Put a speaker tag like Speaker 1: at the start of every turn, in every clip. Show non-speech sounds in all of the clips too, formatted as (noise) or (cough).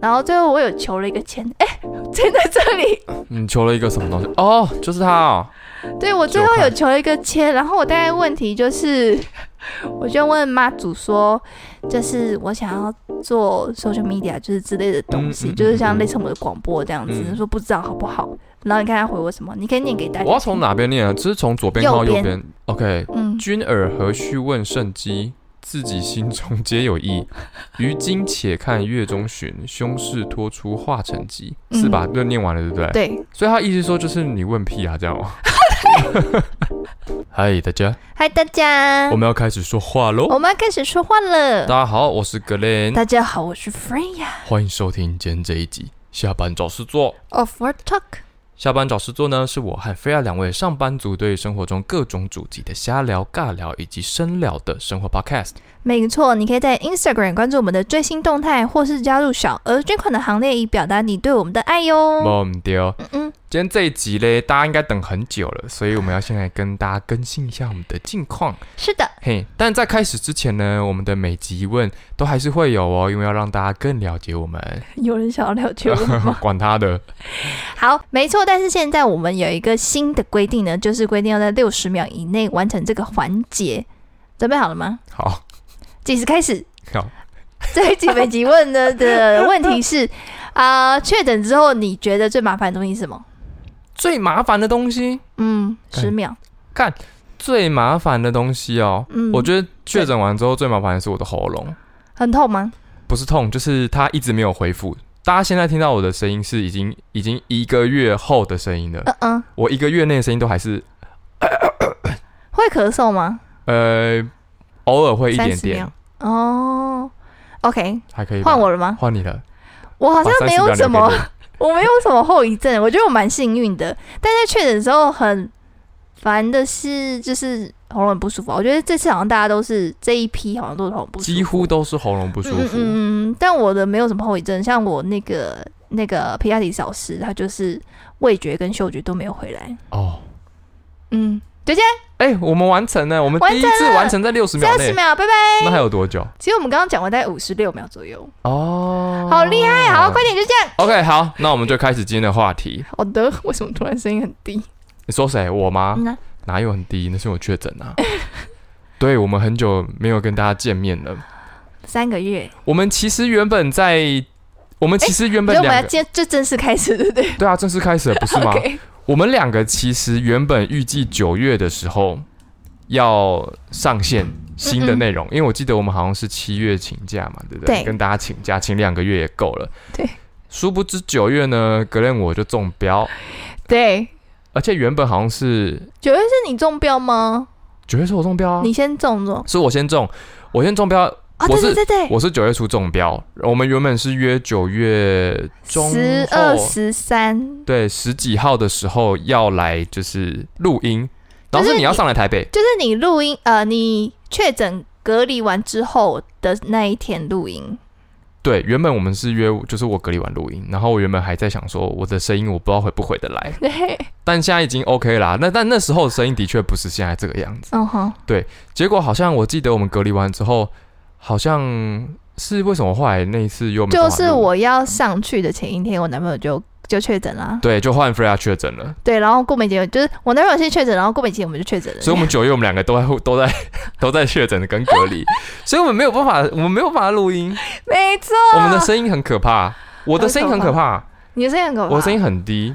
Speaker 1: 然后最后我有求了一个签， (laughs) 哎、签在这
Speaker 2: (laughs)
Speaker 1: 里。
Speaker 2: 你求了一个什么东西？哦，就是他哦。
Speaker 1: 对我最后有求了一个签，然后我大概问题
Speaker 2: (laughs)
Speaker 1: 就是，我就问妈祖说，就是我想要做 social media 就是之类的东西，
Speaker 2: 嗯嗯嗯
Speaker 1: 就是像类似我们的广播这样子，
Speaker 2: 嗯
Speaker 1: 说不知道好不好。然后你看他回我什么，你可以念给大家。
Speaker 2: 我要从？哪边念啊？就是从左边看到右
Speaker 1: 右
Speaker 2: 边。OK，
Speaker 1: 嗯，
Speaker 2: 君尔何须问圣机？自己心中皆有意。于今且看月中旬，凶事托出化成疾，
Speaker 1: 嗯
Speaker 2: 是吧？都念完了，对不对？
Speaker 1: 对。
Speaker 2: 所以他意思说就是你问屁啊，这 (laughs) 样哦。嗨，大家，
Speaker 1: 嗨，大家，
Speaker 2: 我们要哦开始说话喽。
Speaker 1: 我们要开始说话了。
Speaker 2: 大家好，我是格雷，
Speaker 1: 大家好，我是 Freya
Speaker 2: 欢迎收听今天这一集。下班找事做，
Speaker 1: of Word Talk。
Speaker 2: 下班找事做呢，是我和菲亚两位上班族对生活中各种主题的瞎聊、尬聊以及深聊的生活 podcast。
Speaker 1: 没错，你可以在 Instagram 关注我们的最新动态，或是加入小额捐款的行列，以表达你对我们的爱哟。
Speaker 2: 忘掉，
Speaker 1: 嗯嗯，
Speaker 2: 哦今天这一集嘞，大家应该等很久了，所以我们要先来跟大家更新一下我们的近况。
Speaker 1: 是
Speaker 2: (laughs)
Speaker 1: 的，
Speaker 2: 嘿，但在开始之前呢，我们的每集疑问都还是会有哦，因为要让大家更了解我们。
Speaker 1: 有人想要了解我们吗？ (laughs)
Speaker 2: 管他的，
Speaker 1: 好，没错，但是现在我们有一个新的规定呢，就是规定要在六十秒以内完成这个环节。准备好了吗？
Speaker 2: 好
Speaker 1: 计时开始。 (laughs)
Speaker 2: 好，
Speaker 1: 这一集每集问呢的问题是， (laughs) 啊、确诊之后你觉得最麻烦的东西是什么？
Speaker 2: 最麻烦的东西，
Speaker 1: 嗯，十
Speaker 2: 嗯
Speaker 1: 秒。
Speaker 2: 最麻烦的东西哦，
Speaker 1: 嗯，
Speaker 2: 我觉得确诊完之后最麻烦的是我的喉咙，
Speaker 1: 很痛吗？
Speaker 2: 不是痛，就是它一直没有恢复。大家现在听到我的声音是已经已经一个月后的声音了，
Speaker 1: 嗯嗯，
Speaker 2: 我一个月内的声音都还是
Speaker 1: 会咳嗽吗？
Speaker 2: 呃偶尔会一点
Speaker 1: 30
Speaker 2: 点
Speaker 1: 秒，哦，OK，
Speaker 2: 还可以吧
Speaker 1: 换我了吗？
Speaker 2: 换你了，
Speaker 1: 我好像
Speaker 2: 把30
Speaker 1: 没有
Speaker 2: 秒
Speaker 1: 什
Speaker 2: 留
Speaker 1: 么
Speaker 2: 给你，
Speaker 1: 我没有什么后遗症，我觉得我蛮幸运的。但在确诊之后很烦的是，就是喉咙很不舒服啊。我觉得这次好像大家都是这一批，好像都是喉咙不舒服，
Speaker 2: 几乎都是喉咙不舒
Speaker 1: 嗯
Speaker 2: 服。
Speaker 1: 嗯嗯，但我的没有什么后遗症，像我那个那个皮亚迪老师，他就是味觉跟嗅觉都没有回来。
Speaker 2: 哦，
Speaker 1: 嗯，
Speaker 2: 哎、我们完成了，我们
Speaker 1: 完
Speaker 2: 第
Speaker 1: 成
Speaker 2: 一
Speaker 1: 了
Speaker 2: 次完成在六十秒
Speaker 1: 三
Speaker 2: 内
Speaker 1: 十，秒，拜拜。
Speaker 2: 那还有多久？
Speaker 1: 其实我们刚刚讲完大概五十六秒左右，
Speaker 2: 哦，
Speaker 1: 好厉害，啊好，快点就这样。
Speaker 2: OK，好，那我们就开始今天的话题。
Speaker 1: 好的，为什么突然声音很低？
Speaker 2: 你说谁？我吗？
Speaker 1: 嗯啊
Speaker 2: 哪有很低？那是我确诊啊。对，我们很久没有跟大家见面了。
Speaker 1: 三个月，
Speaker 2: 我们其实原本在，我们其实原
Speaker 1: 所
Speaker 2: 本
Speaker 1: 以我们要
Speaker 2: 两个，
Speaker 1: 接就正式开始，对不对
Speaker 2: 对啊，正式开始了，不是
Speaker 1: (laughs)
Speaker 2: 吗？
Speaker 1: ？OK，
Speaker 2: 我们两个其实原本预计九月的时候要上线新的内容，因为我记得我们好像是七月请假嘛，对不对？
Speaker 1: 嗯对
Speaker 2: 跟大家请假，请两个月也够了。
Speaker 1: 对。
Speaker 2: 殊不知九月呢，格伦我就中标，
Speaker 1: 对，
Speaker 2: 而且原本好像是
Speaker 1: 九月是你中标吗？
Speaker 2: 九月是我中标啊，
Speaker 1: 你先中中
Speaker 2: 是我先中，我先中标，
Speaker 1: 啊？
Speaker 2: 我
Speaker 1: 对
Speaker 2: 是
Speaker 1: 对对对，
Speaker 2: 我是九月初中标，我们原本是约九月中
Speaker 1: 十
Speaker 2: 后
Speaker 1: 二十三，
Speaker 2: 对十几号的时候要来就是录音，然后
Speaker 1: 就是是
Speaker 2: 你要上来台北，
Speaker 1: 就是你录音呃，你确诊隔离完之后的那一天录音。
Speaker 2: 对，原本我们是约就是我隔离完录音，然后我原本还在想说我的声音我不知道回不回得来，
Speaker 1: 对，
Speaker 2: 但现在已经 OK 啦，那但那时候的声音的确不是现在这个样子，
Speaker 1: 嗯哼，
Speaker 2: 结果好像我记得我们隔离完之后，好像是为什么后来那一次又没办
Speaker 1: 就
Speaker 2: 法
Speaker 1: 是
Speaker 2: 录
Speaker 1: 我要上去的前一天，我男朋友就就确诊啦。
Speaker 2: 对就换 Freya 确诊
Speaker 1: (laughs)
Speaker 2: 了。
Speaker 1: 对，然后过没几天，就是我男朋友先确诊，然后过没几天我们就确诊了。
Speaker 2: 所以我们九月我们两个都在都在 (laughs) 都在确诊跟隔
Speaker 1: (laughs)
Speaker 2: 离，所以我们没有办法，我们没有办法录音，
Speaker 1: 啊没错，
Speaker 2: 我们的声音很可怕，我的声音很可怕，
Speaker 1: 你的声音很可怕，
Speaker 2: 我的声音很低。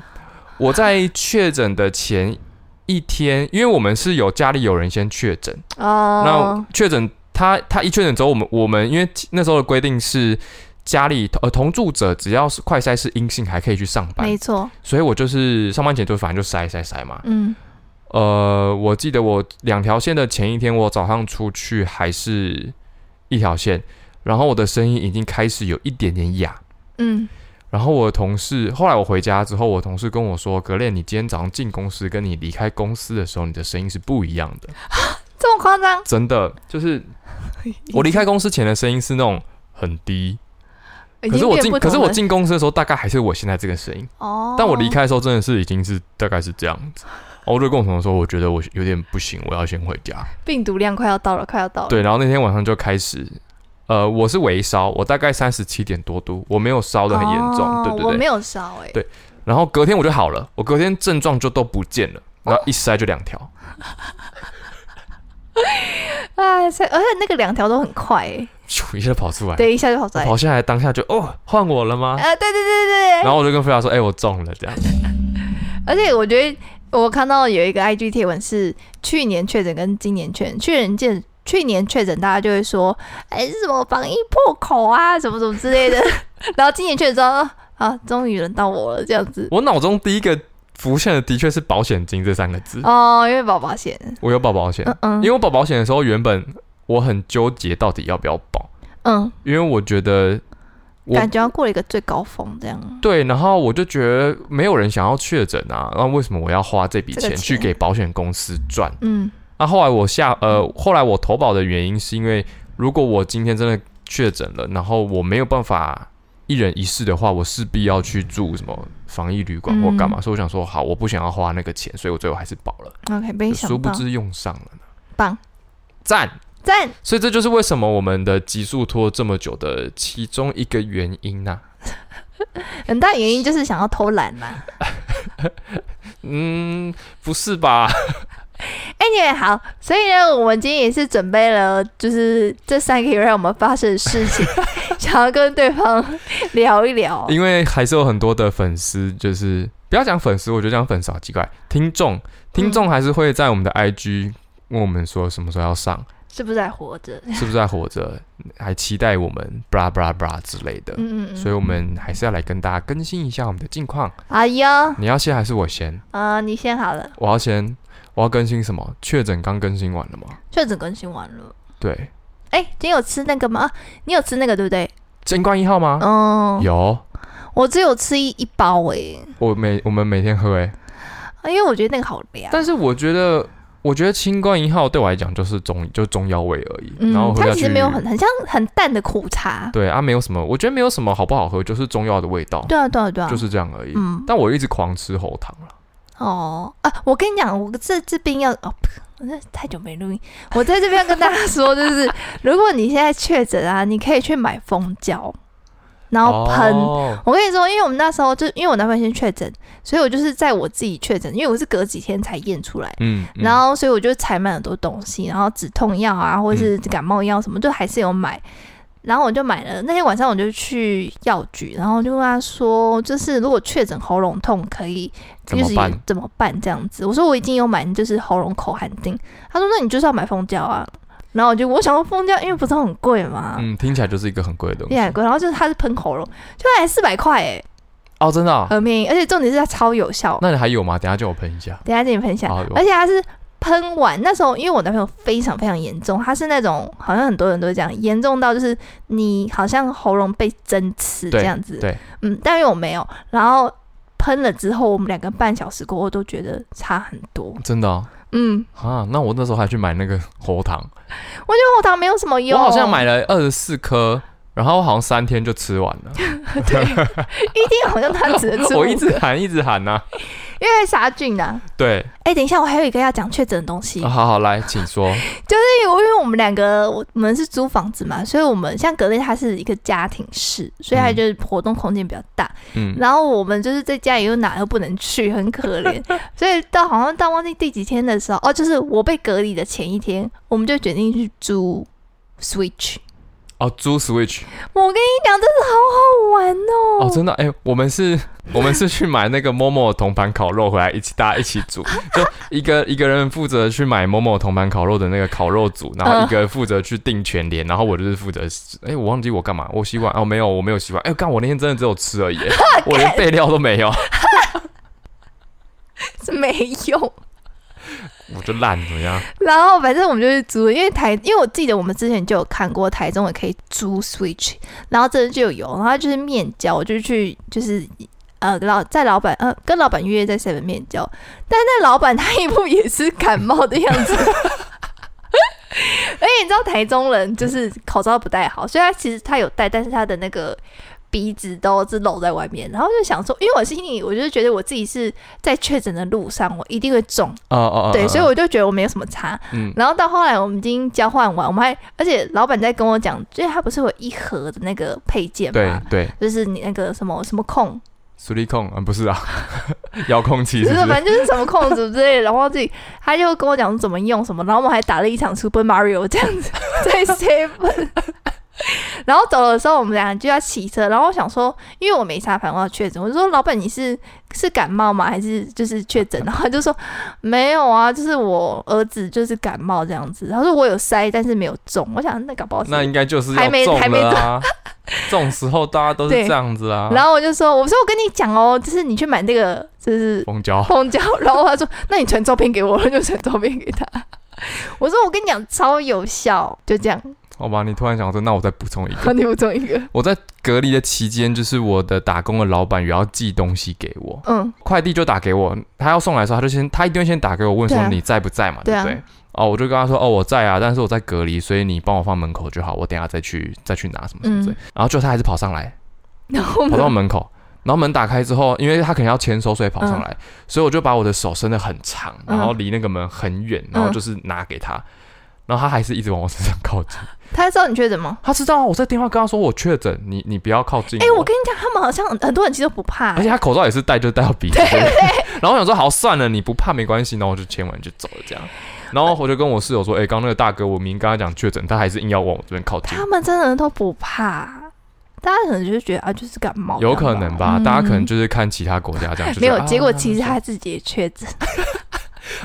Speaker 2: 我在确诊的前一天，因为我们是有家里有人先确诊，
Speaker 1: 哦
Speaker 2: 那，确诊他他一确诊之后，我们我们因为那时候的规定是。家里呃同住者只要是快筛是阴性，还可以去上班
Speaker 1: 没，错，
Speaker 2: 所以我就是上班前就反正就筛筛筛嘛，
Speaker 1: 嗯，
Speaker 2: 呃，我记得我两条线的前一天，我早上出去还是一条线，然后我的声音已经开始有一点点哑。
Speaker 1: 嗯，
Speaker 2: 然后我的同事，后来我回家之后，我同事跟我说：“格练，你今天早上进公司跟你离开公司的时候，你的声音是不一样的。
Speaker 1: 这么夸张”？
Speaker 2: 真的，
Speaker 1: (laughs)
Speaker 2: 就是我离开公司前的声音是那种很低，
Speaker 1: 已
Speaker 2: 可是
Speaker 1: 经
Speaker 2: 我
Speaker 1: 变
Speaker 2: 进
Speaker 1: 不
Speaker 2: 可是
Speaker 1: 同
Speaker 2: 我
Speaker 1: 了
Speaker 2: 进公司的时候，大概还是我现在这个声音。
Speaker 1: 哦，
Speaker 2: 但我离开的时候真的是已经是大概是这样子。哦我就跟我同事说：“我觉得我有点不行，我要先回家。”
Speaker 1: 病毒量快要到了，快要到了。
Speaker 2: 对，然后那天晚上就开始呃，我是微烧，我大概三十七点多度，我没有烧的很严重，
Speaker 1: 哦
Speaker 2: 对不
Speaker 1: 我
Speaker 2: 对
Speaker 1: 没？有烧哎、
Speaker 2: 对然后隔天我就好了，我隔天症状就都不见了，然后一筛就两条，
Speaker 1: 哎，所以而且那个两条都很快哎、
Speaker 2: 咻一下就跑出来，
Speaker 1: 对，一下就跑出来。
Speaker 2: 跑下来当下就哦换我了吗？
Speaker 1: 呃，对对对对对，
Speaker 2: 啊然后我就跟菲拉说，哎、我中了
Speaker 1: (laughs)
Speaker 2: 这样，
Speaker 1: 而且我觉得我看到有一个 IG 贴文是去年确诊跟今年确诊，去年见去年确诊大家就会说，哎，什么防疫破口啊，什么什么之
Speaker 2: (laughs)
Speaker 1: 类的，然后今年确诊之后啊，啊终于轮到我了这样子。
Speaker 2: 我脑中第一个浮现的的确是保险金这三个字，
Speaker 1: 哦，因为保保险，
Speaker 2: 我有保保险，
Speaker 1: 嗯嗯，
Speaker 2: 嗯因为我保保险的时候原本我很纠结到底要不要保，
Speaker 1: 嗯，
Speaker 2: 因为我觉得我
Speaker 1: 感觉要过了一个最高峰这样。
Speaker 2: 对，然后我就觉得没有人想要确诊啊，那为什么我要花这笔
Speaker 1: 这个
Speaker 2: 钱去
Speaker 1: 钱
Speaker 2: 给保险公司赚？
Speaker 1: 嗯
Speaker 2: 那、后来我下呃，后来我投保的原因是因为，如果我今天真的确诊了，然后我没有办法一人一室的话，我势必要去住什么防疫旅馆
Speaker 1: 嗯
Speaker 2: 或干嘛，所以我想说，好，我不想要花那个钱，所以我最后还是保了，
Speaker 1: ，OK，没
Speaker 2: 就
Speaker 1: 想
Speaker 2: 殊不
Speaker 1: 到，
Speaker 2: 知用上了呢，
Speaker 1: 棒，
Speaker 2: 赞！
Speaker 1: 赞，
Speaker 2: 所以这就是为什么我们的集数拖这么久的其中一个原因呐、啊
Speaker 1: 很大原因就是想要偷懒啦。
Speaker 2: 嗯，不是吧？
Speaker 1: Anyway，好，所以呢，我们今天也是准备了，就是这三个月让我们发生的事
Speaker 2: (laughs)
Speaker 1: 情，想要跟对方聊一聊。
Speaker 2: 因为还是有很多的粉丝，就是不要讲粉丝，我觉得讲粉丝好奇怪。听众，
Speaker 1: 嗯
Speaker 2: 听众还是会在我们的 IG 问我们说什么时候要上，
Speaker 1: 是不是还活着？嗯
Speaker 2: 是不是还活着，还期待我们 blah blah blah 之类的。
Speaker 1: 嗯嗯。
Speaker 2: 所以，我们还是要来跟大家更新一下我们的近况。
Speaker 1: 哎呦，
Speaker 2: 你要先还是我先？
Speaker 1: 呃，你先好了，
Speaker 2: 我要先，我要更新什么？确诊刚更新完了吗？
Speaker 1: 确诊更新完了。
Speaker 2: 对，
Speaker 1: 哎、你有吃那个吗？啊，你有吃那个对不对？
Speaker 2: 新冠一号吗？
Speaker 1: 嗯，
Speaker 2: 啊有，
Speaker 1: 我只有吃一一包哎、
Speaker 2: 我每我们每天喝诶、欸
Speaker 1: 啊因为我觉得那个好凉。
Speaker 2: 但是我觉得，我觉得清冠一号对我来讲就是中就中药味而已。然后
Speaker 1: 嗯
Speaker 2: 喝
Speaker 1: 它
Speaker 2: 下
Speaker 1: 其
Speaker 2: 去
Speaker 1: 实没有很很像很淡的苦茶。
Speaker 2: 对啊，没有什么，我觉得没有什么好不好喝，就是中药的味道，
Speaker 1: 对啊，对啊，对啊。
Speaker 2: 就是这样而已。
Speaker 1: 嗯，
Speaker 2: 但我一直狂吃喉糖了，
Speaker 1: 哦啊！我跟你讲，我这这边要哦，噗我这太久没录音，我在这边要跟大家说，就是如果你现在确诊啊，你可以去买蜂胶，然后喷。
Speaker 2: 哦
Speaker 1: 我跟你说，因为我们那时候就因为我男朋友先确诊，所以我就是在我自己确诊，因为我是隔几天才验出来，
Speaker 2: 嗯，嗯
Speaker 1: 然后所以我就采买很多东西，然后止痛药啊，或者
Speaker 2: 嗯
Speaker 1: 是感冒药什么，就还是有买。然后我就买了，那天晚上我就去药局，然后就问他说，就是如果确诊喉咙痛可以
Speaker 2: 怎
Speaker 1: 就
Speaker 2: 么
Speaker 1: 是有
Speaker 2: 办？
Speaker 1: 怎么办这样子？我说我已经有买，就是喉咙口含定。他说那你就是要买蜂胶啊。然后我就我想说蜂胶，因为不是很贵嘛，
Speaker 2: 嗯，听起来就是一个很贵的东
Speaker 1: 也
Speaker 2: 西
Speaker 1: 很贵。然后就是它是喷喉咙，就还四百块哎，
Speaker 2: 哦，真的啊、
Speaker 1: 很便宜，而且重点是它超有效。
Speaker 2: 那你还有吗？等一下叫我喷一下。
Speaker 1: 等一下跟你分享，
Speaker 2: 好有
Speaker 1: 而且它是。喷完那时候，因为我男朋友非常非常严重，他是那种好像很多人都这样，严重到就是你好像喉咙被针刺这
Speaker 2: 对
Speaker 1: 样子。
Speaker 2: 对
Speaker 1: 嗯，但因为我没有，然后喷了之后，我们两个半小时过后都觉得差很多。
Speaker 2: 真的啊、
Speaker 1: 嗯，
Speaker 2: 啊，那我那时候还去买那个喉糖，
Speaker 1: 我觉得喉糖 (laughs) 没有什么
Speaker 2: 我
Speaker 1: 用，
Speaker 2: 好像买了二十四颗，然后我好像三天就吃完
Speaker 1: (laughs)
Speaker 2: 了，
Speaker 1: 一定好像它
Speaker 2: (laughs)
Speaker 1: 只能吃
Speaker 2: 我
Speaker 1: 五
Speaker 2: 一
Speaker 1: 个
Speaker 2: 直喊一直喊呐、啊
Speaker 1: 因为杀菌的、啊。
Speaker 2: 对，
Speaker 1: 哎、等一下，我还有一个要讲确诊的东西，
Speaker 2: 啊好好来，请说。
Speaker 1: 因为我因为我们两个我我们是租房子嘛，所以我们像格力它是一个家庭式，所以它
Speaker 2: 嗯
Speaker 1: 就是活动空间比较大。
Speaker 2: 嗯，
Speaker 1: 然后我们就是在家里又哪都不能去，很可怜。
Speaker 2: (laughs)
Speaker 1: 所以到好像到忘记第几天的时候，哦，就是我被隔离的前一天，我们就决定去租 Switch。
Speaker 2: 哦，租 Switch
Speaker 1: 我跟你讲，真的好好玩哦！
Speaker 2: 哦，真的哎、我们是， (laughs) 我们是去买那个 Momo 的铜盘烤肉回来，一起大家一起
Speaker 1: (laughs)
Speaker 2: 煮，就一个一个人负责去买 Momo 铜盘烤肉的那个烤肉组，然后一个负责去订全联，然后我就是负责，哎、我忘记我干嘛，我洗碗哦，没有，我没有洗碗，哎、干我那天真的只有吃而已，
Speaker 1: (laughs)
Speaker 2: 哎我连备料都没有，
Speaker 1: 是 (laughs) 没用。
Speaker 2: 我就烂怎么样？
Speaker 1: 然后反正我们就去租，因为台，因为我记得我们之前就有看过台中也可以租 Switch，然后这就有，然后就是面交，我就去就是呃老在老板呃跟老板约在 seven 面交，但是那老板他一副也是感冒的样子。 (laughs) 而且你知道台中人就是口罩不戴好，所以他其实他有戴，但是他的那个鼻子都是露在外面，然后就想说，因为我心里我就是觉得我自己是在确诊的路上，我一定会中，
Speaker 2: 哦哦，
Speaker 1: 对，所以
Speaker 2: 我
Speaker 1: 我就觉得我没有什么差。
Speaker 2: 嗯
Speaker 1: 然后到后来我们已经交换完，我们还而且老板在跟我讲，就是他不是有一盒的那个配件
Speaker 2: 对
Speaker 1: 嘛，
Speaker 2: 对，
Speaker 1: 就是你那个什么什么控，
Speaker 2: 苏力控啊不是啊， (laughs) 遥控器
Speaker 1: 就是是
Speaker 2: 不是？
Speaker 1: 反正就是什么控组之类的，然后自己他就跟我讲怎么用什么，然后我们还打了一场 Super Mario 这样子 (laughs) 在 seven。然后走的时候，我们俩就要骑车，然后我想说，因为我没查反我要确诊，我就说老板你是是感冒吗？还是就是确诊？然后他就说没有啊，就是我儿子就是感冒这样子。他说我有塞，但是没有中。我想那搞不好是
Speaker 2: 那应该就是要
Speaker 1: 还没
Speaker 2: 中
Speaker 1: 还没
Speaker 2: 了
Speaker 1: (laughs)
Speaker 2: 啊，这种时候大家都是
Speaker 1: 对
Speaker 2: 这样子啊，
Speaker 1: 然后我就说，我说我跟你讲哦，就是你去买那个就是
Speaker 2: 蜂胶
Speaker 1: 碰胶， (laughs) 然后他说：“那你传照片给我。”我就传照片给他。 (laughs) 我说：“我跟你讲，超有效。”就 (laughs) 这样，
Speaker 2: 好吧，你突然想说，那我再补充一个， (laughs)
Speaker 1: 你补充一个，
Speaker 2: 我在隔离的期间，就是我的打工的老板也要寄东西给我，
Speaker 1: 嗯，
Speaker 2: 快递就打给我，他要送来的时候，他就先他一定会先打给我问
Speaker 1: 对
Speaker 2: 说
Speaker 1: 啊
Speaker 2: 你在不在嘛，
Speaker 1: 对
Speaker 2: 对
Speaker 1: 啊
Speaker 2: 不对？哦，我就跟他说哦我在啊，但是我在隔离，所以你帮我放门口就好，我等一下再去再去拿什么什么之类。
Speaker 1: 嗯
Speaker 2: 然后就他还是跑上
Speaker 1: (laughs)
Speaker 2: 来，
Speaker 1: 然后
Speaker 2: 跑
Speaker 1: 呢
Speaker 2: 到门口，然后门打开之后，因为他可能要签收，所以跑上来，所以我就把我的手伸得很长，
Speaker 1: 嗯
Speaker 2: 然后离那个门很远，然后就是拿给他，然后他还是一直往我身上靠近。
Speaker 1: 他知道你确诊吗？
Speaker 2: 他知道啊我在电话跟他说我确诊，你你不要靠近。
Speaker 1: 哎、我跟你讲，他们好像很多人其实都不怕、
Speaker 2: 而且他口罩也是戴，就戴到
Speaker 1: (laughs)
Speaker 2: 鼻子。然后我想说，好算了，你不怕没关系，然后我就签完就走了这样。然后我就跟我室友说，哎、刚刚那个大哥，我明明跟他讲确诊，他还是硬要往我这边靠近
Speaker 1: 他，们真的都不怕。大家可能就是觉得啊，就是感冒，
Speaker 2: 有可能吧？
Speaker 1: 嗯
Speaker 2: 大家可能就是看其他国家这样，就
Speaker 1: 没
Speaker 2: 觉
Speaker 1: 有
Speaker 2: 得。
Speaker 1: 结果其实
Speaker 2: 啊
Speaker 1: 他自己也确诊，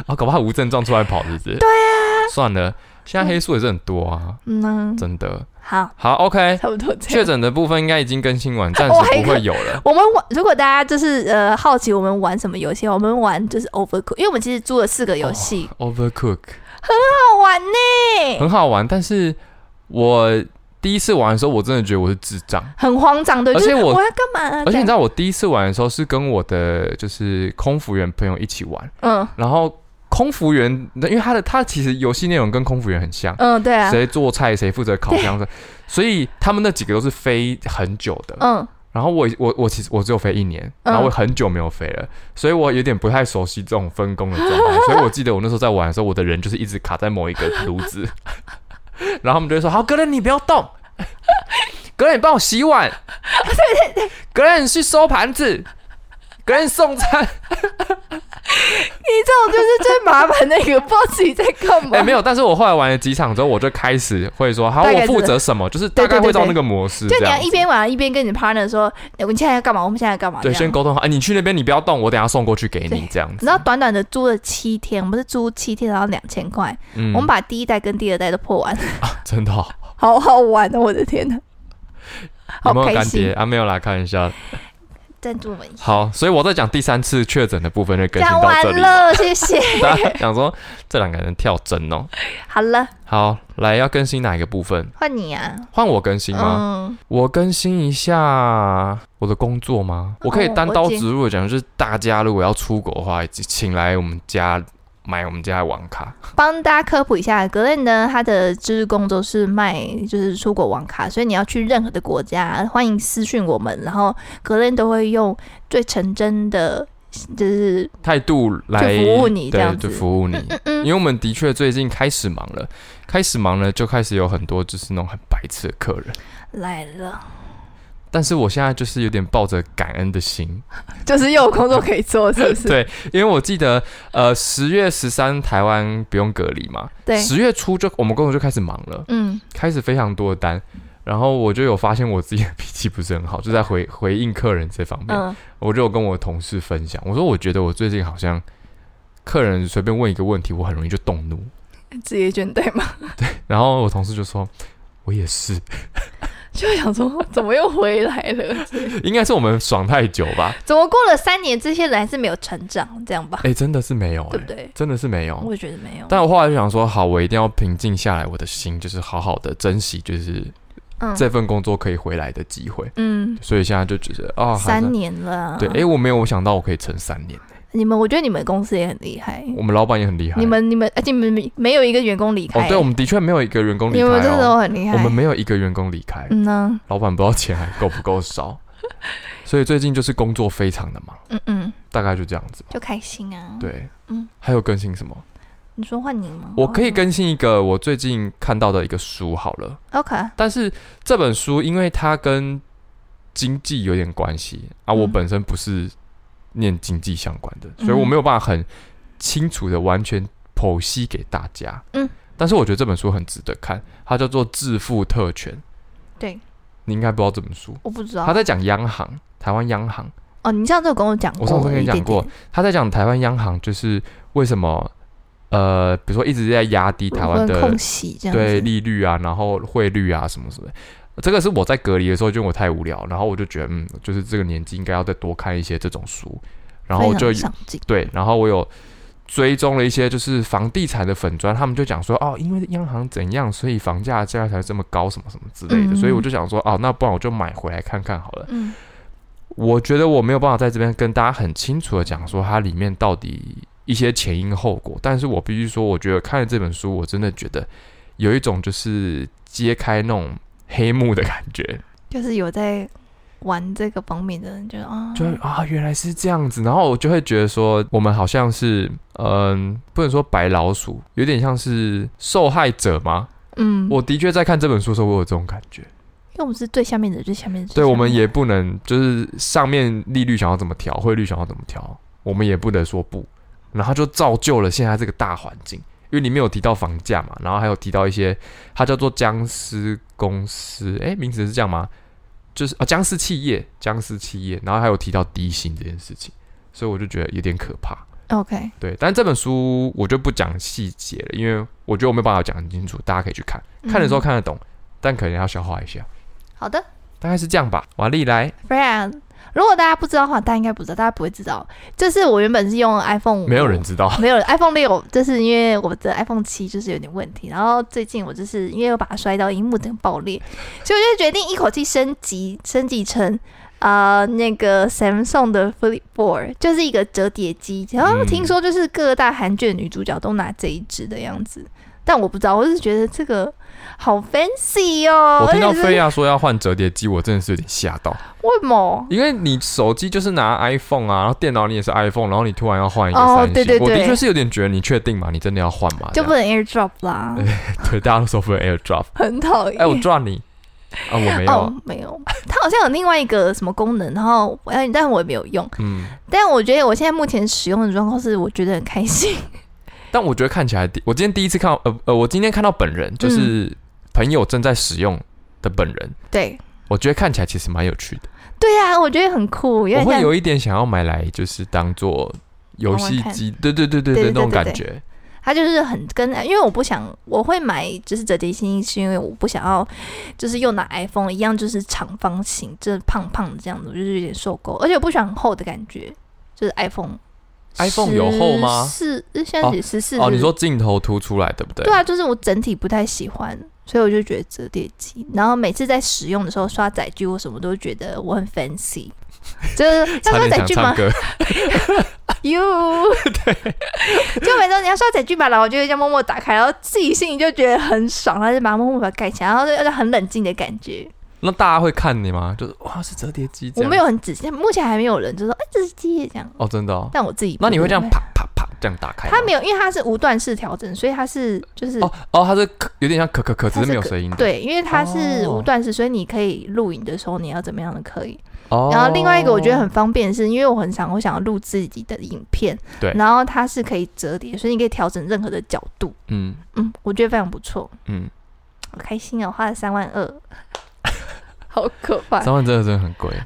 Speaker 2: 啊，搞不好他无症状出来跑，是不是？对啊，算了，现在黑素也是很多啊，
Speaker 1: 嗯呢，
Speaker 2: 真的。
Speaker 1: 好，
Speaker 2: 好
Speaker 1: (laughs)
Speaker 2: ，OK，
Speaker 1: 差不多这
Speaker 2: 确
Speaker 1: 样。
Speaker 2: 诊的部分应该已经更新完，暂
Speaker 1: 我还以
Speaker 2: 时
Speaker 1: 为
Speaker 2: 不会有了。
Speaker 1: 我们玩，如果大家就是呃好奇我们玩什么游戏，我们玩就是 Overcook，因为我们其实租了四个游戏，
Speaker 2: 哦 Overcook
Speaker 1: 好玩呢，
Speaker 2: 很好玩，但是我第一次玩的时候，我真的觉得我是智障。
Speaker 1: 很慌张，对，
Speaker 2: 而且
Speaker 1: 就是
Speaker 2: 我
Speaker 1: 我要干嘛啊？
Speaker 2: 而且你知
Speaker 1: 这样
Speaker 2: 道，我第一次玩的时候是跟我的就是空服员朋友一起玩，
Speaker 1: 嗯
Speaker 2: 然后空服员，因为他的他其实游戏内容跟空服员很像，
Speaker 1: 嗯，对啊，
Speaker 2: 谁做菜谁负责烤
Speaker 1: (laughs)
Speaker 2: 箱的，所以他们那几个都是飞很久的。
Speaker 1: 嗯
Speaker 2: 然后我我我其实我只有飞一年，
Speaker 1: 嗯
Speaker 2: 然后我很久没有飞了，所以我有点不太熟悉这种分工的状
Speaker 1: (laughs)
Speaker 2: 态。所以我记得我那时候在玩的时候，我的人就是一直卡在某一个炉子， (laughs) 然后他们就会说：“好，格伦你不要动， (laughs) 格伦你帮我
Speaker 1: (laughs)
Speaker 2: 洗碗，格伦你去收盘子，格伦送餐。
Speaker 1: (laughs) 你这种就是最麻烦的一个，不知道自己在干嘛。
Speaker 2: 哎，没有，但是我后来玩了几场之后，我就开始会说：“好，
Speaker 1: 大概
Speaker 2: 我
Speaker 1: 知道
Speaker 2: 负责什么？”就是大概
Speaker 1: 对对对
Speaker 2: 会照那个模式
Speaker 1: 就你
Speaker 2: 这样
Speaker 1: 要。一边玩一边跟你 partner 说，哎你现在要干嘛？我们现在要干嘛？
Speaker 2: 对，
Speaker 1: 这样
Speaker 2: 先沟通好。哎，你去那边，你不要动，我等一下送过去给你
Speaker 1: 对，
Speaker 2: 这样
Speaker 1: 你
Speaker 2: 子
Speaker 1: 知。道短短的租了七天，我们是租七天，然后两千块，
Speaker 2: 嗯
Speaker 1: 我们把第一代跟第二代都破完，
Speaker 2: 真的哦
Speaker 1: 好好玩哦！我的天哪，好
Speaker 2: 有没有
Speaker 1: 开
Speaker 2: 干
Speaker 1: 心
Speaker 2: 爹！啊？没有啦，开玩笑。
Speaker 1: 赞助我们一下，
Speaker 2: 好，所以我在讲第三次确诊的部分就更新
Speaker 1: 讲
Speaker 2: 到
Speaker 1: 完
Speaker 2: 这里。
Speaker 1: 了，谢谢。
Speaker 2: (laughs) 大家想说这两个人跳针哦。
Speaker 1: 好了，
Speaker 2: 好，来要更新哪一个部分？
Speaker 1: 换你啊，
Speaker 2: 换我更新吗？
Speaker 1: 嗯，
Speaker 2: 我更新一下我的工作吗？
Speaker 1: 哦
Speaker 2: 我可以单刀直入的讲，就是大家如果要出国的话，请来我们家买我们家的网卡。
Speaker 1: 帮大家科普一下，格雷呢，他的就是工作是卖就是出国网卡，所以你要去任何的国家，欢迎私讯我们，然后格雷都会用最纯真的，就是
Speaker 2: 态度来
Speaker 1: 就服务你这
Speaker 2: 对，
Speaker 1: 样子
Speaker 2: 就服务你。
Speaker 1: 嗯
Speaker 2: 因
Speaker 1: 嗯
Speaker 2: 为我们的确最近开始忙了，开始忙了就开始有很多就是那种很白痴的客人。
Speaker 1: 来了，
Speaker 2: 但是我现在就是有点抱着感恩的心，
Speaker 1: 就是又有工作可以 (laughs) 做，是不是？
Speaker 2: 对因为我记得呃十月十三台湾不用隔离嘛，
Speaker 1: 对
Speaker 2: 十月初就我们工作就开始忙了，
Speaker 1: 嗯，
Speaker 2: 开始非常多的单，然后我就有发现我自己的脾气不是很好，就在回回应客人这方面，
Speaker 1: 嗯
Speaker 2: 我就有跟我同事分享，我说我觉得我最近好像客人随便问一个问题，我很容易就动怒，
Speaker 1: 职业倦怠嘛，
Speaker 2: 然后我同事就说。我也是，
Speaker 1: 就想说怎么又回来 (laughs) 了？
Speaker 2: 应该是我们爽太久吧？
Speaker 1: 怎么过了三年，这些人还是没有成长，这样吧，
Speaker 2: 哎、真的是没有、
Speaker 1: 对
Speaker 2: 哎
Speaker 1: 不，对？
Speaker 2: 真的是没有。
Speaker 1: 哦我也觉得没有，
Speaker 2: 但我后来就想说，好，我一定要平静下来，我的心就是好好的珍惜，就是
Speaker 1: 嗯
Speaker 2: 这份工作可以回来的机会。
Speaker 1: 嗯，
Speaker 2: 所以现在就觉得，哦，好像
Speaker 1: 三年了，
Speaker 2: 对，诶，我没有想到我可以撑三年，
Speaker 1: 你们，我觉得你们公司也很厉害。
Speaker 2: 我们老板也很厉害。
Speaker 1: 你们你们，而且你们没没有一个员工离
Speaker 2: 哦
Speaker 1: 开、，
Speaker 2: 对，我们的确没有一个员工离
Speaker 1: 你
Speaker 2: 开、哦，
Speaker 1: 们真的都很厉害。
Speaker 2: 我们没有一个员工离开，
Speaker 1: 嗯呢、
Speaker 2: 老板不知道钱还够不够
Speaker 1: (laughs)
Speaker 2: 少，所以最近就是工作非常的忙，
Speaker 1: 嗯嗯，
Speaker 2: 大概就这样子吧。
Speaker 1: 就开心啊。，
Speaker 2: 对，
Speaker 1: 嗯，
Speaker 2: 还有更新什么？
Speaker 1: 你说换你吗？
Speaker 2: 我可以更新一个我最近看到的一个书好了，
Speaker 1: OK，
Speaker 2: 但是这本书因为它跟经济有点关系啊，
Speaker 1: 嗯
Speaker 2: 我本身不是念经济相关的，所以我没有办法很清楚的完全剖析给大家。
Speaker 1: 嗯，
Speaker 2: 但是我觉得这本书很值得看，它叫做《致富特权》，
Speaker 1: 对，哦
Speaker 2: 你应该不知道这本书。
Speaker 1: 我不知
Speaker 2: 他
Speaker 1: 道。
Speaker 2: 在讲央行，台湾央行，
Speaker 1: 哦，你上次有跟我讲过，
Speaker 2: 我上次跟你讲过
Speaker 1: 一点点
Speaker 2: 他在讲台湾央行就是为什么，呃，比如说一直在压低台湾
Speaker 1: 我
Speaker 2: 的
Speaker 1: 们空袭这样子。
Speaker 2: 对利率啊，然后汇率啊什么什么的。这个是我在隔离的时候，就因为我太无聊，然后我就觉得，嗯，就是这个年纪应该要再多看一些这种书，然后我
Speaker 1: 非
Speaker 2: 就
Speaker 1: 常上进。
Speaker 2: 对，然后我有追踪了一些就是房地产的粉砖，他们就讲说哦，因为央行怎样，所以房价现在才这么高，什么什么之类的，
Speaker 1: 嗯
Speaker 2: 所以我就想说，哦，那不然我就买回来看看好了。
Speaker 1: 嗯
Speaker 2: 我觉得我没有办法在这边跟大家很清楚的讲说它里面到底一些前因后果，但是我必须说，我觉得看了这本书，我真的觉得有一种就是揭开那种黑幕的感觉，
Speaker 1: 就是有在玩这个方面的人，觉得啊，
Speaker 2: 就是啊原来是这样子，然后我就会觉得说我们好像是嗯不能说白老鼠，有点像是受害者吗？
Speaker 1: 嗯，
Speaker 2: 我的确在看这本书的时候，我有这种感觉。
Speaker 1: 因为我们是最下面的，最下面的，最
Speaker 2: 对，
Speaker 1: 下面的
Speaker 2: 我们也不能就是上面利率想要怎么调，汇率想要怎么调，我们也不能说不，然后就造就了现在这个大环境。因为里面有提到房价嘛，然后还有提到一些，它叫做僵尸公司，诶，名字是这样吗？就是啊，僵尸企业，僵尸企业，然后还有提到低薪这件事情，所以我就觉得有点可怕。
Speaker 1: OK，
Speaker 2: 对，但这本书我就不讲细节了，因为我觉得我没有办法讲很清楚，大家可以去看，看的时候
Speaker 1: 嗯
Speaker 2: 看得懂，但可能要消化一下，
Speaker 1: 好的。
Speaker 2: 大概是这样吧。瓦力来。
Speaker 1: 不然，如果大家不知道的话，大家应该不知道，大家不会知道。就是我原本是用 iPhone，
Speaker 2: 没有人知道。
Speaker 1: 哦没有 iPhone 六，就是因为我的 iPhone 七就是有点问题，然后最近我就是因为我把它摔到荧幕整个爆裂，所以我就决定一口气升级，升级成呃那个 Samsung 的 Flip Four，就是一个折叠机。然后
Speaker 2: 嗯
Speaker 1: 听说就是各大韩剧的女主角都拿这一支的样子，但我不知道，我是觉得这个好 fancy 哦。
Speaker 2: 我听到
Speaker 1: 而且是
Speaker 2: 菲亚说要换折叠机，我真的是有点吓到，
Speaker 1: 为什么？
Speaker 2: 因为你手机就是拿 iPhone 啊，然后电脑你也是 iPhone，然后你突然要换一个
Speaker 1: 哦
Speaker 2: 三星，
Speaker 1: 对对
Speaker 2: 我的
Speaker 1: 对
Speaker 2: 确是有点觉得你确定吗？你真的要换吗？
Speaker 1: 就不能 AirDrop
Speaker 2: (laughs)
Speaker 1: 啦，
Speaker 2: 这样对，大家都说不
Speaker 1: (laughs)
Speaker 2: 能 AirDrop，
Speaker 1: 很讨厌。
Speaker 2: 哎、我撞你啊，我没有啊、
Speaker 1: 哦，没有，它好像有另外一个什么功能，然后哎，但我也没有用。
Speaker 2: 嗯，
Speaker 1: 但我觉得我现在目前使用的状况是，我觉得很开
Speaker 2: (laughs)
Speaker 1: 心。
Speaker 2: 但我觉得看起来第，我今天第一次看到，呃呃，我今天看到本
Speaker 1: 嗯
Speaker 2: 人，就是朋友正在使用的本人，
Speaker 1: 对，
Speaker 2: 我觉得看起来其实蛮有趣的，
Speaker 1: 对啊，我觉得很酷，有
Speaker 2: 我
Speaker 1: 点
Speaker 2: 会
Speaker 1: 像
Speaker 2: 有一点想要买来，就是当做游戏
Speaker 1: 玩玩
Speaker 2: 机，对对对
Speaker 1: 对
Speaker 2: 对对，
Speaker 1: 对
Speaker 2: 那种
Speaker 1: 对对
Speaker 2: 感觉，
Speaker 1: 它就是很跟，因为我不想，我会买就是折叠机，是因为我不想要，就是又拿 iPhone 一样，就是长方形，就是胖胖的这样子，我就是有点受够，而且我不喜欢很厚的感觉，就是 iPhone。
Speaker 2: iPhone 有厚吗
Speaker 1: 是，现在十四、
Speaker 2: 哦，你说镜头凸出来，对不对？
Speaker 1: 对啊，就是我整体不太喜欢，所以我就觉得折叠机。然后每次在使用的时候刷载具，我什么都觉得我很 fancy，就是
Speaker 2: (laughs)
Speaker 1: 要
Speaker 2: 差
Speaker 1: 刷
Speaker 2: 点
Speaker 1: 载
Speaker 2: 想
Speaker 1: 具
Speaker 2: 唱
Speaker 1: 吗？
Speaker 2: 歌， (laughs)
Speaker 1: 哟，对，就每次你要刷载具吧，然后我就会这样默默打开，然后自己心里就觉得很爽，然后就把它默默把它盖起来，然后就就很冷静的感觉。
Speaker 2: 那大家会看你吗？就是哇，是折叠机这
Speaker 1: 我
Speaker 2: 样。
Speaker 1: 没有很仔细，目前还没有人就说哎这是机这样，
Speaker 2: 哦，真的哦。
Speaker 1: 但我自己
Speaker 2: 那你会这样
Speaker 1: 不
Speaker 2: 啪啪啪这样打开吗？
Speaker 1: 它没有，因为它是无段式调整，所以它是就是
Speaker 2: 哦哦，它是咳有点像咳咳咳，只
Speaker 1: 它
Speaker 2: 是
Speaker 1: 是
Speaker 2: 没有
Speaker 1: 咳
Speaker 2: 声音的。
Speaker 1: 对，因为它是
Speaker 2: 哦
Speaker 1: 无段式，所以你可以录影的时候你要怎么样都可以。
Speaker 2: 哦。
Speaker 1: 然后另外一个我觉得很方便的是，因为我很常会想要录自己的影片，
Speaker 2: 对
Speaker 1: 然后它是可以折叠，所以你可以调整任何的角度，
Speaker 2: 嗯
Speaker 1: 嗯，我觉得非常不错，
Speaker 2: 嗯，
Speaker 1: 好开心哦，花了三万
Speaker 2: (laughs)
Speaker 1: 二，好可怕，很
Speaker 2: 三万真的真的很贵。
Speaker 1: 贵，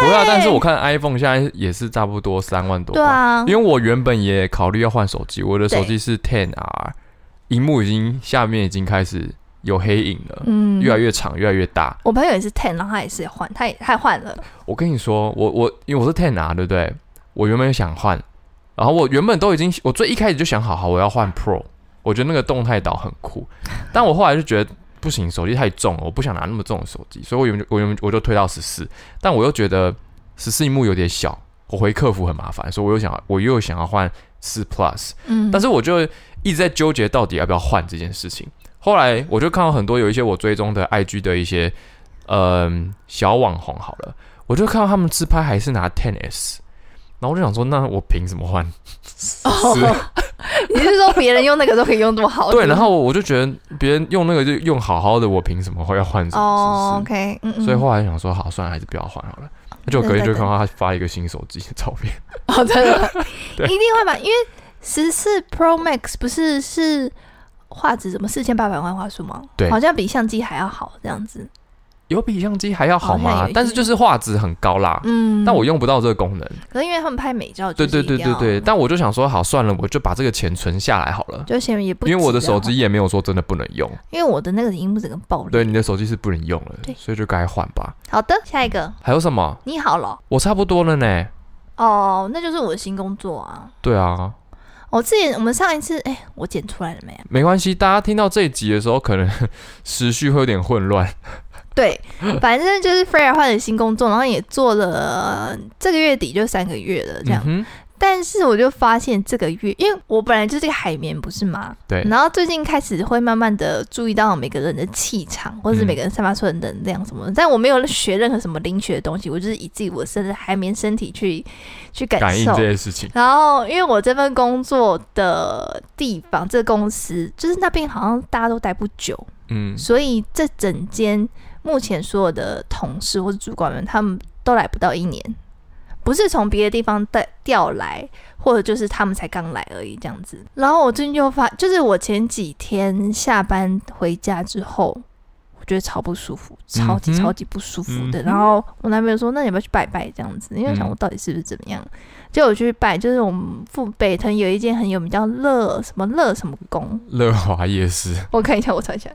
Speaker 2: 不会啊，但是我看 iPhone 现在也是差不多三万多。
Speaker 1: 哎对。啊
Speaker 2: 因，为我原本也考虑要换手机，我的手
Speaker 1: 对
Speaker 2: 机是 Ten R，荧幕已经下面已经开始有黑影了，
Speaker 1: 嗯
Speaker 2: 越来。越长，越来越大。
Speaker 1: 我朋友也是 ten，然后他也是换，他也他也换了，
Speaker 2: 我跟你说，我我因为我是 Ten 啊，对不对？我原本想换，然后我原本都已经，我最一开始就想好好我要换 Pro，我觉得那个动态岛很酷，但我后来就觉得不行，手机太重了，我不想拿那么重的手机，所以我原本就我原本我就推到十四，但我又觉得十四荧幕有点小，我回客服很麻烦，所以我又想我又想要换四 Plus，
Speaker 1: 嗯，
Speaker 2: 但是我就一直在纠结到底要不要换这件事情。后来我就看到很多有一些我追踪的 IG 的一些嗯、小网红好了，我就看到他们自拍还是拿 Ten S，然后我就想说，那我凭什么换？
Speaker 1: 哦， (laughs) 你是说别人用那个都可以用这么好？
Speaker 2: 对，然后我就觉得别人用那个就用好好的，我凭什么会要换这
Speaker 1: 哦
Speaker 2: 种姿
Speaker 1: ，OK，嗯，嗯
Speaker 2: 势？所以后来想说，好，算了，还是不要换好了。那就隔天就看到他发一个新手机的照片，
Speaker 1: (laughs) 哦，真的，
Speaker 2: 对
Speaker 1: 一定会买，因为十四 Pro Max 不是是画质什么四千八百万画素吗？
Speaker 2: 对
Speaker 1: 好像比相机还要好这样子。
Speaker 2: 有比相机还要好
Speaker 1: 好像
Speaker 2: 吗
Speaker 1: 哦有？
Speaker 2: 但是就是画质很高啦，
Speaker 1: 嗯，
Speaker 2: 啊但我用不到这个功能。
Speaker 1: 可是因为他们拍美照，
Speaker 2: 对对对对对，，但我就想说，好算了，我就把这个钱存下来好了，
Speaker 1: 就显得也不、啊
Speaker 2: 因为我的手，机也没有说真的不能用，
Speaker 1: 因为我的那个荧幕整个爆裂。
Speaker 2: 对，你的手机是不能用了
Speaker 1: 啊对，
Speaker 2: 所以就该换吧。
Speaker 1: 好的，下一个，
Speaker 2: 还有什么？
Speaker 1: 你好了
Speaker 2: 我差不多了呢。
Speaker 1: 哦，那就是我的新工作啊。哦
Speaker 2: 对啊，
Speaker 1: 我、之前我们上一次，哎、我剪出来了没啊？
Speaker 2: 没关系，大家听到这一集的时候，可能时序会有点混乱。 (laughs)
Speaker 1: 对，反正就是 Freya 换了新工作，然后也做了这个月底就三个月了这样。
Speaker 2: 嗯哼，
Speaker 1: 但是我就发现这个月，因为我本来就是个海绵，不是吗？
Speaker 2: 对，
Speaker 1: 然后最近开始会慢慢的注意到每个人的气场，或者
Speaker 2: 嗯
Speaker 1: 是每个人散发出的能量什么的。但我没有学任何什么灵学的东西，我就是以自己我身的海绵身体去去感
Speaker 2: 感应
Speaker 1: 受
Speaker 2: 这。件事情。
Speaker 1: 然后，因为我这份工作的地方，这个公司就是那边好像大家都待不久，
Speaker 2: 嗯，
Speaker 1: 所以这整间目前所有的同事或者主管们，他们都来不到一年，不是从别的地方带调来，或者就是他们才刚来而已这样子。然后我最近就发，就是我前几天下班回家之后。我觉得超不舒服，超级
Speaker 2: 嗯哼
Speaker 1: 超级不舒服的。
Speaker 2: 嗯哼
Speaker 1: 然后我男朋友说：“那你要不要去拜拜？”这样子，因为我想
Speaker 2: 嗯
Speaker 1: 我到底是不是怎么样。结果我去拜，就是我们附北屯有一间很有名叫乐什么乐什么宫，
Speaker 2: 乐华夜市
Speaker 1: 我看一下，我查一下。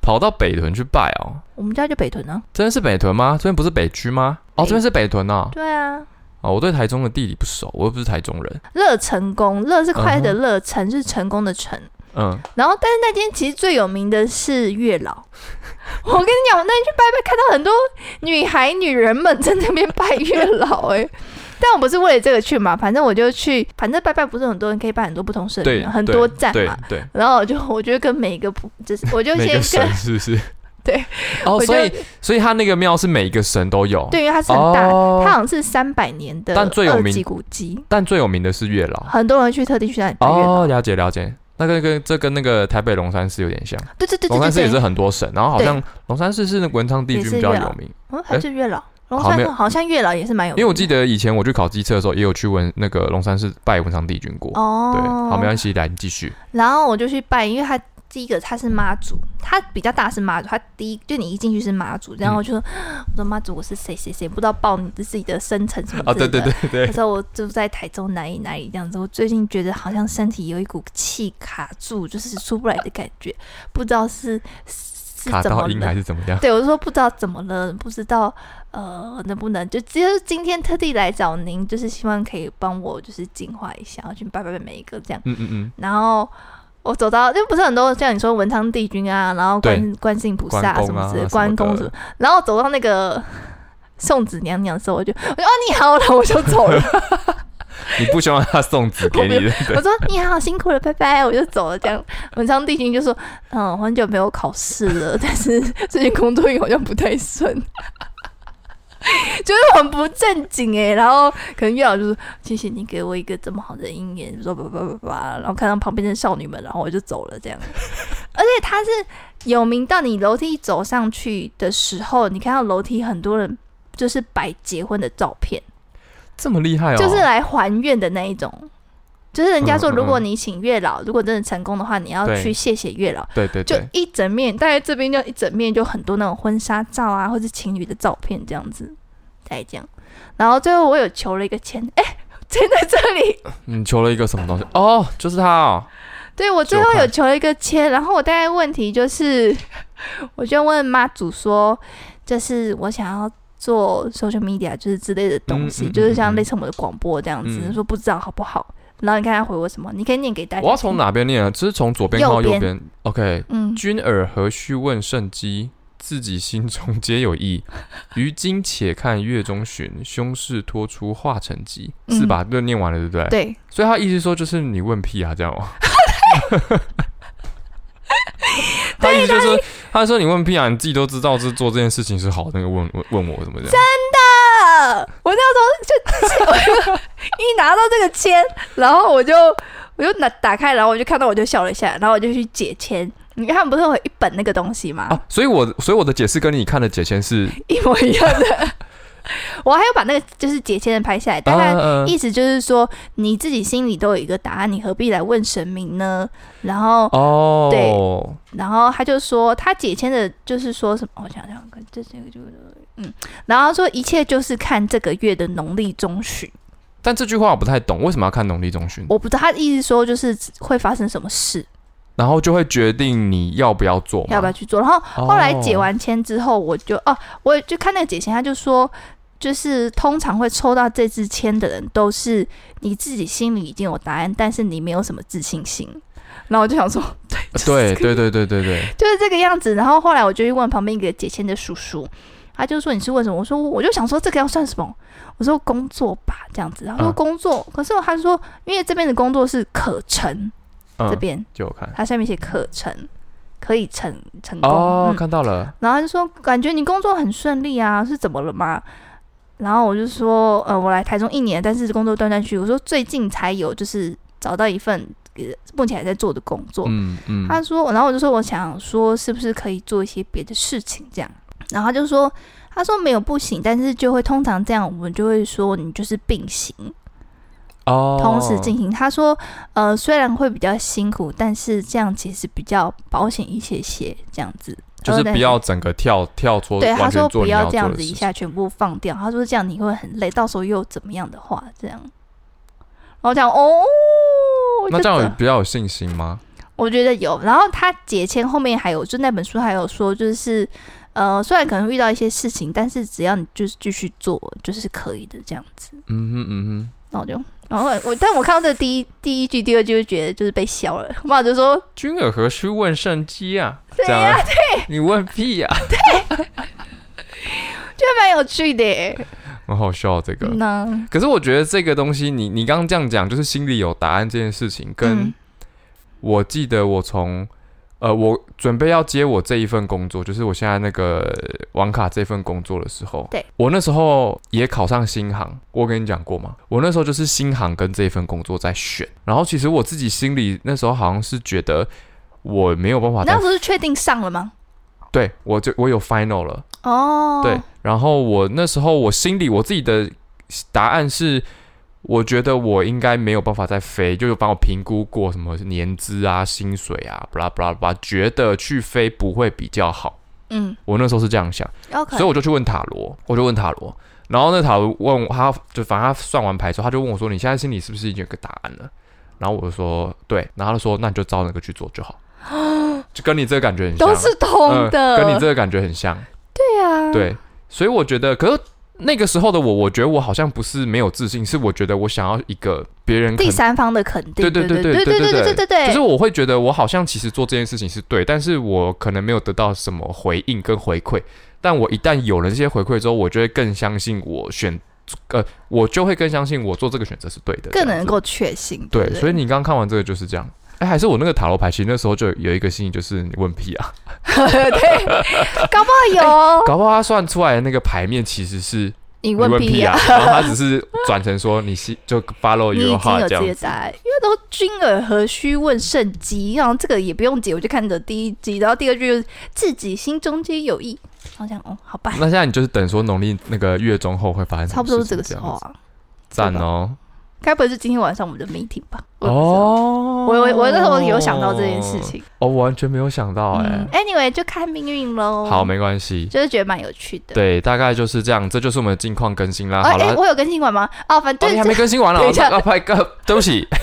Speaker 2: 跑到北屯去拜哦，
Speaker 1: 我们家就北屯啊，
Speaker 2: 这边是北屯吗？这边不是北区吗？哦，
Speaker 1: 北
Speaker 2: 这边是北屯啊。
Speaker 1: 对啊，
Speaker 2: 哦，我对台中的地理不熟，我又不是台中人。
Speaker 1: 乐成功，乐是快乐的
Speaker 2: 嗯
Speaker 1: 乐，成是成功的成。
Speaker 2: 嗯，
Speaker 1: 然后，但是那间其实最有名的是月老。我跟你讲，我那天去拜拜，看到很多女孩、女人们在那边拜月老、哎，但我不是为了这个去嘛，反正我就去，反正拜拜不是很多人可以拜很多不同神明
Speaker 2: 对，
Speaker 1: 嘛，很多
Speaker 2: 对
Speaker 1: 站
Speaker 2: 对
Speaker 1: 嘛。
Speaker 2: 对，
Speaker 1: 然后我就我就跟每一个普，就是我就
Speaker 2: 每
Speaker 1: 先
Speaker 2: 个
Speaker 1: 跟
Speaker 2: 神是不是？
Speaker 1: (laughs) 对。
Speaker 2: 哦，
Speaker 1: 我就
Speaker 2: 所以所以他那个庙是每一个神都有，
Speaker 1: 对，因为它是很大，
Speaker 2: 哦
Speaker 1: 它好像是三百年的
Speaker 2: 但最有
Speaker 1: 二
Speaker 2: 名
Speaker 1: 级古迹，
Speaker 2: 但最有名的是月老。
Speaker 1: 很多人去特地去那里拜哦月老。
Speaker 2: 哦，了解了解。那个跟这跟那个台北龙山寺有点像，
Speaker 1: 对对对对
Speaker 2: 龙
Speaker 1: 对
Speaker 2: 山寺也是
Speaker 1: 对，
Speaker 2: 很多神，然后好像龙山寺是那个文昌帝
Speaker 1: 也
Speaker 2: 君
Speaker 1: 是
Speaker 2: 比较
Speaker 1: 月老
Speaker 2: 有名，
Speaker 1: 嗯，还是月老。龙
Speaker 2: 好
Speaker 1: 山
Speaker 2: 没有
Speaker 1: 寺好像月老也是蛮有名
Speaker 2: 哎因
Speaker 1: 的，
Speaker 2: 为我记得以前我去考机车的时候，也有去文那个龙山寺拜文昌帝君过。
Speaker 1: 哦，
Speaker 2: 对，好，没关系，来你继续。
Speaker 1: 然后我就去拜，因为他第一个他是妈祖，他比较大是妈祖，他第一就你一进去是妈祖，然后我就说、
Speaker 2: 嗯
Speaker 1: 我说妈祖我是谁谁谁，不知道报你自己的生辰什么
Speaker 2: 啊，
Speaker 1: 之类
Speaker 2: 对
Speaker 1: 的
Speaker 2: 对。对
Speaker 1: 那
Speaker 2: 对，
Speaker 1: 时候我就在台中哪里哪里这样子，我最近觉得好像身体有一股气卡住，就是出不来的感觉，不知道是是
Speaker 2: 卡
Speaker 1: 怎么
Speaker 2: 到音
Speaker 1: 了
Speaker 2: 还。是怎么
Speaker 1: (laughs)
Speaker 2: 样？
Speaker 1: 对，我就说不知道怎么了，不知道呃能不能就只有今天特地来找您，就是希望可以帮我就是净化一下，我去拜拜每一个这样。
Speaker 2: 嗯嗯嗯，
Speaker 1: 然后我走到，就不是很多像你说文昌帝君啊，然后观观世音菩萨、
Speaker 2: 关公
Speaker 1: 什么
Speaker 2: 啊
Speaker 1: 之类的，
Speaker 2: 什么
Speaker 1: 关
Speaker 2: 的
Speaker 1: 公什么，然后走到那个 (laughs) 送子娘娘的时候，我就我就哦你好了，我就走了，
Speaker 2: 你不希望他送纸给你的，对
Speaker 1: 我说你好辛苦了，拜拜，我就走了。这样文昌帝君就说，嗯，我很久没有考试了， (laughs) 但是最近工作运好像不太顺。 (laughs) 就是很不正经哎、然后可能月老就说：“谢谢你给我一个这么好的姻缘。”说叭叭叭叭，然后看到旁边的少女们，然后我就走了这样。 (laughs) 而且他是有名到你楼梯走上去的时候，你看到楼梯很多人就是摆结婚的照片，
Speaker 2: 这么厉害哦，
Speaker 1: 就是来还愿的那一种。就是人家说，
Speaker 2: 嗯嗯嗯
Speaker 1: 如果你请月老，如果真的成功的话，你要
Speaker 2: 对
Speaker 1: 去谢谢月老。
Speaker 2: 对对
Speaker 1: 就
Speaker 2: 对，
Speaker 1: 一整面，大概这边就一整面，就很多那种婚纱照啊，或者情侣的照片这样子，再这样。然后最后我有求了一个签，哎、签在这里。
Speaker 2: 你求了一个什么东西？哦，就是他哦，
Speaker 1: 对我最后
Speaker 2: 九块
Speaker 1: 有求了一个签，然后我大概问题就是， (laughs) 我就问妈祖说，就是我想要做 social media 就是之类的东西，
Speaker 2: 嗯嗯嗯
Speaker 1: 就是像
Speaker 2: 嗯
Speaker 1: 类似我们的广播这样子，
Speaker 2: 嗯
Speaker 1: 说不知道好不好。然后你看他回我什么，你可以念给大家。
Speaker 2: 我要从？哪边念啊？就是从左边看到
Speaker 1: 右
Speaker 2: 哎
Speaker 1: 边
Speaker 2: 右边。OK，
Speaker 1: 嗯，
Speaker 2: 君尔何须问圣机？自己心中皆有意。于今且看月中旬，胸事脱出化成疾，
Speaker 1: 嗯
Speaker 2: 是吧？都念完了，对不对？
Speaker 1: 对，
Speaker 2: 所以他意思说就是你问屁啊，这样 (laughs) 哦。他意思就是说，他说你问屁啊，你自己都知道这做这件事情是好，那个问问问我怎么这样？
Speaker 1: 呃，我那时候就我就一拿到这个签，然后我就我就拿打开，然后我就看到我就笑了一下，然后我就去解签。你看，他们不是有一本那个东西吗？
Speaker 2: 啊，所以我所以我的解释跟你看的解签是，
Speaker 1: 一模一样的。我还要把那个就是解签的拍下来，大概
Speaker 2: 呃
Speaker 1: 意思就是说，你自己心里都有一个答案，你何必来问神明呢？然后，
Speaker 2: 哦，
Speaker 1: 然后他就说，他解签的就是说什么？我想想，看，这这个就嗯，然后说一切就是看这个月的农历中旬。
Speaker 2: 但这句话我不太懂，为什么要看农历中旬？
Speaker 1: 我不知道他的意思说就是会发生什么事，
Speaker 2: 然后就会决定你要不要做嘛，
Speaker 1: 要不要去做。然后
Speaker 2: 哦
Speaker 1: 后来解完签之后，我就哦，我就看那个解签，他就说，就是通常会抽到这支签的人，都是你自己心里已经有答案，但是你没有什么自信心。然后我就想说， (laughs)
Speaker 2: 呃 (laughs) 对对对对对对，
Speaker 1: 就是这个样子。然后后来我就去问旁边一个解签的叔叔，他就说你是问什么？我说我就想说这个要算什么？我说工作吧，这样子。他说
Speaker 2: 嗯
Speaker 1: 工作，可是他说因为这边的工作是可成，这
Speaker 2: 嗯，
Speaker 1: 边
Speaker 2: 就有看
Speaker 1: 它上面写可成，可以成成功。
Speaker 2: 哦，
Speaker 1: 嗯
Speaker 2: 看到了，
Speaker 1: 然后他就说感觉你工作很顺利啊，是怎么了吗？然后我就说，呃，我来台中一年，但是工作断断续续。我说最近才有，就是找到一份、呃、目前还在做的工作。
Speaker 2: 嗯嗯，
Speaker 1: 他说，然后我就说，我想说是不是可以做一些别的事情这样。然后他就说，他说没有不行，但是就会通常这样，我们就会说你就是并行。
Speaker 2: 哦，
Speaker 1: 同时进行。他说，呃，虽然会比较辛苦，但是这样其实比较保险一些些，这样子。
Speaker 2: 就是不要整个跳跳出，
Speaker 1: 对他
Speaker 2: 完
Speaker 1: 说
Speaker 2: 全做
Speaker 1: 不
Speaker 2: 你要
Speaker 1: 这
Speaker 2: 做
Speaker 1: 样
Speaker 2: 的
Speaker 1: 子
Speaker 2: 事
Speaker 1: 一
Speaker 2: 情。
Speaker 1: 下全部放掉。他说这样你会很累，到时候又怎么样的话，这样。然后我讲哦，我
Speaker 2: 那
Speaker 1: 就
Speaker 2: 这样
Speaker 1: 走
Speaker 2: 有比较有信心吗？
Speaker 1: 我觉得有。然后他解签后面还有，就那本书还有说，就是呃，虽然可能遇到一些事情，但是只要你就是继续做，就是可以的这样子。
Speaker 2: 嗯哼嗯
Speaker 1: 然后我就，然后我，但我看到这第一第一句、第二句就觉得就是被笑了。我妈就说
Speaker 2: 哼，君尔何须问圣机啊？
Speaker 1: 对
Speaker 2: 这
Speaker 1: 呀
Speaker 2: 样你问屁呀？ (laughs)
Speaker 1: 蛮有趣的耶。
Speaker 2: 很好笑哦这个。
Speaker 1: 那
Speaker 2: 可是我觉得这个东西，你你刚刚这样讲，就是心里有答案这件事情，跟
Speaker 1: 嗯
Speaker 2: 我记得我从呃，我准备要接我这一份工作，就是我现在那个网卡这份工作的时候，
Speaker 1: 对
Speaker 2: 我那时候也考上新航，我跟你讲过嘛，我那时候就是新航跟这份工作在选，然后其实我自己心里那时候好像是觉得我没有办法
Speaker 1: 那
Speaker 2: 再，
Speaker 1: 时候是确定上了吗？
Speaker 2: 对我就我有 final 了。
Speaker 1: 哦，
Speaker 2: 对，，然后我那时候我心里我自己的答案是，我觉得我应该没有办法再飞，就是帮我评估过什么年资啊、薪水啊，巴拉巴拉巴拉，觉得去飞不会比较好。
Speaker 1: 嗯
Speaker 2: 我那时候是这样想，
Speaker 1: ，OK，
Speaker 2: 所以我就去问塔罗，我就问塔罗，然后那塔罗问我他，就反正他算完牌之后，他就问我说：“你现在心里是不是已经有个答案了？”然后我就说：“对。”然后他就说：“那你就照那个去做就
Speaker 1: (gasps)
Speaker 2: 好。”就跟你这个感觉很像，
Speaker 1: 都是通的，
Speaker 2: 嗯跟你这个感觉很像。
Speaker 1: 对啊，，
Speaker 2: 对，所以我觉得，可是那个时候的我，我觉得我好像不是没有自信，是我觉得我想要一个别人肯
Speaker 1: 第，三方的肯定，
Speaker 2: 对
Speaker 1: 对
Speaker 2: 对对
Speaker 1: 对对
Speaker 2: 对对
Speaker 1: 对
Speaker 2: 对
Speaker 1: 对
Speaker 2: 就
Speaker 1: 对，
Speaker 2: 是我会觉得我好像其实做这件事情是对，但是我可能没有得到什么回应跟回馈。但我一旦有了这些回馈之后，我就会更相信我选，呃，我就会更相信我做这个选择是对的，
Speaker 1: 更
Speaker 2: 这样
Speaker 1: 能
Speaker 2: 子
Speaker 1: 够确信，
Speaker 2: 对。
Speaker 1: 不
Speaker 2: 所以你刚看完这个就是这样。哎，还是我那个塔罗牌，其实那时候就有一个心理，就是你问屁
Speaker 1: 哦
Speaker 2: 啊，
Speaker 1: (laughs) 对，搞不好有
Speaker 2: (laughs)
Speaker 1: 哦，
Speaker 2: 搞不好他算出来的那个牌面其实是
Speaker 1: 你
Speaker 2: 你
Speaker 1: 问
Speaker 2: 屁
Speaker 1: 啊，！
Speaker 2: 然后他只是转成说你是就 follow
Speaker 1: 你已
Speaker 2: your
Speaker 1: 经
Speaker 2: heart
Speaker 1: 有自
Speaker 2: 哦这
Speaker 1: 己的
Speaker 2: 样。
Speaker 1: 答案，因为都君尔何须问圣机，然后这个也不用解，我就看着第一集，然后第二句就是自己心中皆有意，好像哦，好吧，
Speaker 2: 那现在你就是等说农历那个月中后会发生
Speaker 1: (laughs)
Speaker 2: 什
Speaker 1: 差
Speaker 2: 么
Speaker 1: 不多
Speaker 2: 事
Speaker 1: 是
Speaker 2: 情
Speaker 1: 这个时候
Speaker 2: 样子，
Speaker 1: 啊，
Speaker 2: 赞哦！
Speaker 1: 该不会是今天晚上我们的 meeting 吧？我也不知道
Speaker 2: 哦，
Speaker 1: 我我我那时候有想到这件事，情。
Speaker 2: 哦，我完全没有想到哎
Speaker 1: 嗯。，anyway 就看命运喽。
Speaker 2: 好，，没关系，
Speaker 1: 就是觉得蛮有趣的。
Speaker 2: 对，大概就是这样，这就是我们的近况更新啦。
Speaker 1: 哎
Speaker 2: 啊好
Speaker 1: 哎，
Speaker 2: 了，
Speaker 1: 我有更新完吗？哦，反
Speaker 2: 哦，
Speaker 1: 正
Speaker 2: 你还
Speaker 1: 这
Speaker 2: 没更新完了，
Speaker 1: 等一下
Speaker 2: (laughs) 哦拜拜，对不起，
Speaker 1: 拜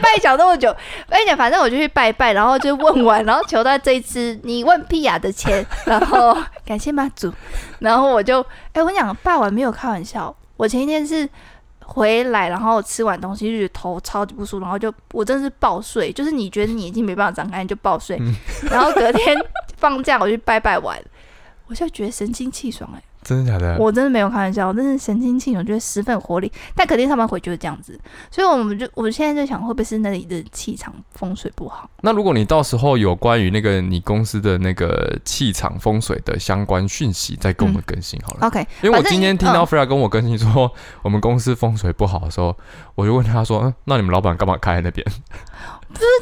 Speaker 1: 拜讲那么久，我跟你讲，反正我就去拜拜，然后就问完，然后求到这一支你问屁雅的钱，然后感谢妈祖，然后我就，哎，我跟你讲，拜完没有开玩笑，我前一天是。回来，然后吃完东西就觉得头超级不舒服，然后就我真的是爆睡，
Speaker 2: 嗯
Speaker 1: 就是你觉得你已经没办法张开，你就爆睡，然后隔天放假我去拜拜完，我就觉得神清气爽哎、
Speaker 2: (laughs) 真的假的？
Speaker 1: 我真的没有开玩笑，我真是神清气爽，觉得十分有活力。但肯定上班回就是这样子，所以我们就我现在就想，会不会是那里的气场风水不好？
Speaker 2: 那如果你到时候有关于那个你公司的那个气场风水的相关讯息，再跟我们更新好了。
Speaker 1: OK，
Speaker 2: 因为我
Speaker 1: 反正嗯
Speaker 2: 今天听到 Freya 跟我更新说我们公司风水不好的时候，我就问他说：“嗯，那你们老板干嘛开在那边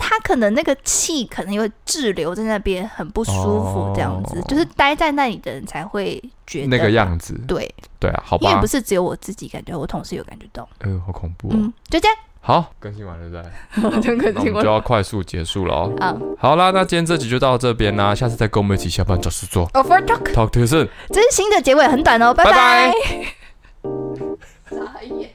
Speaker 1: 他可能那个气可能有滞留在那边，很不舒服，这样子，
Speaker 2: 哦
Speaker 1: 就是待在那里的人才会觉得
Speaker 2: 那个。样子
Speaker 1: 对，？”
Speaker 2: 对啊，好
Speaker 1: 因为
Speaker 2: 吧
Speaker 1: 不，是只有我自己感觉，我同事有感觉到。
Speaker 2: 呃，好恐怖哦。
Speaker 1: 嗯，就这样，
Speaker 2: 好，更新完
Speaker 1: (laughs)
Speaker 2: 了对不对？
Speaker 1: 就跟
Speaker 2: (laughs) 那我们就要快速结束了哦。
Speaker 1: (laughs) 啊
Speaker 2: (laughs) 好啦，那今天这集就到这边啦，下次再跟我们一起下班找事做。
Speaker 1: ，Over Talk，
Speaker 2: Talk to you soon。
Speaker 1: 这是新的结尾很短哦，拜
Speaker 2: 拜拜
Speaker 1: 拜傻眼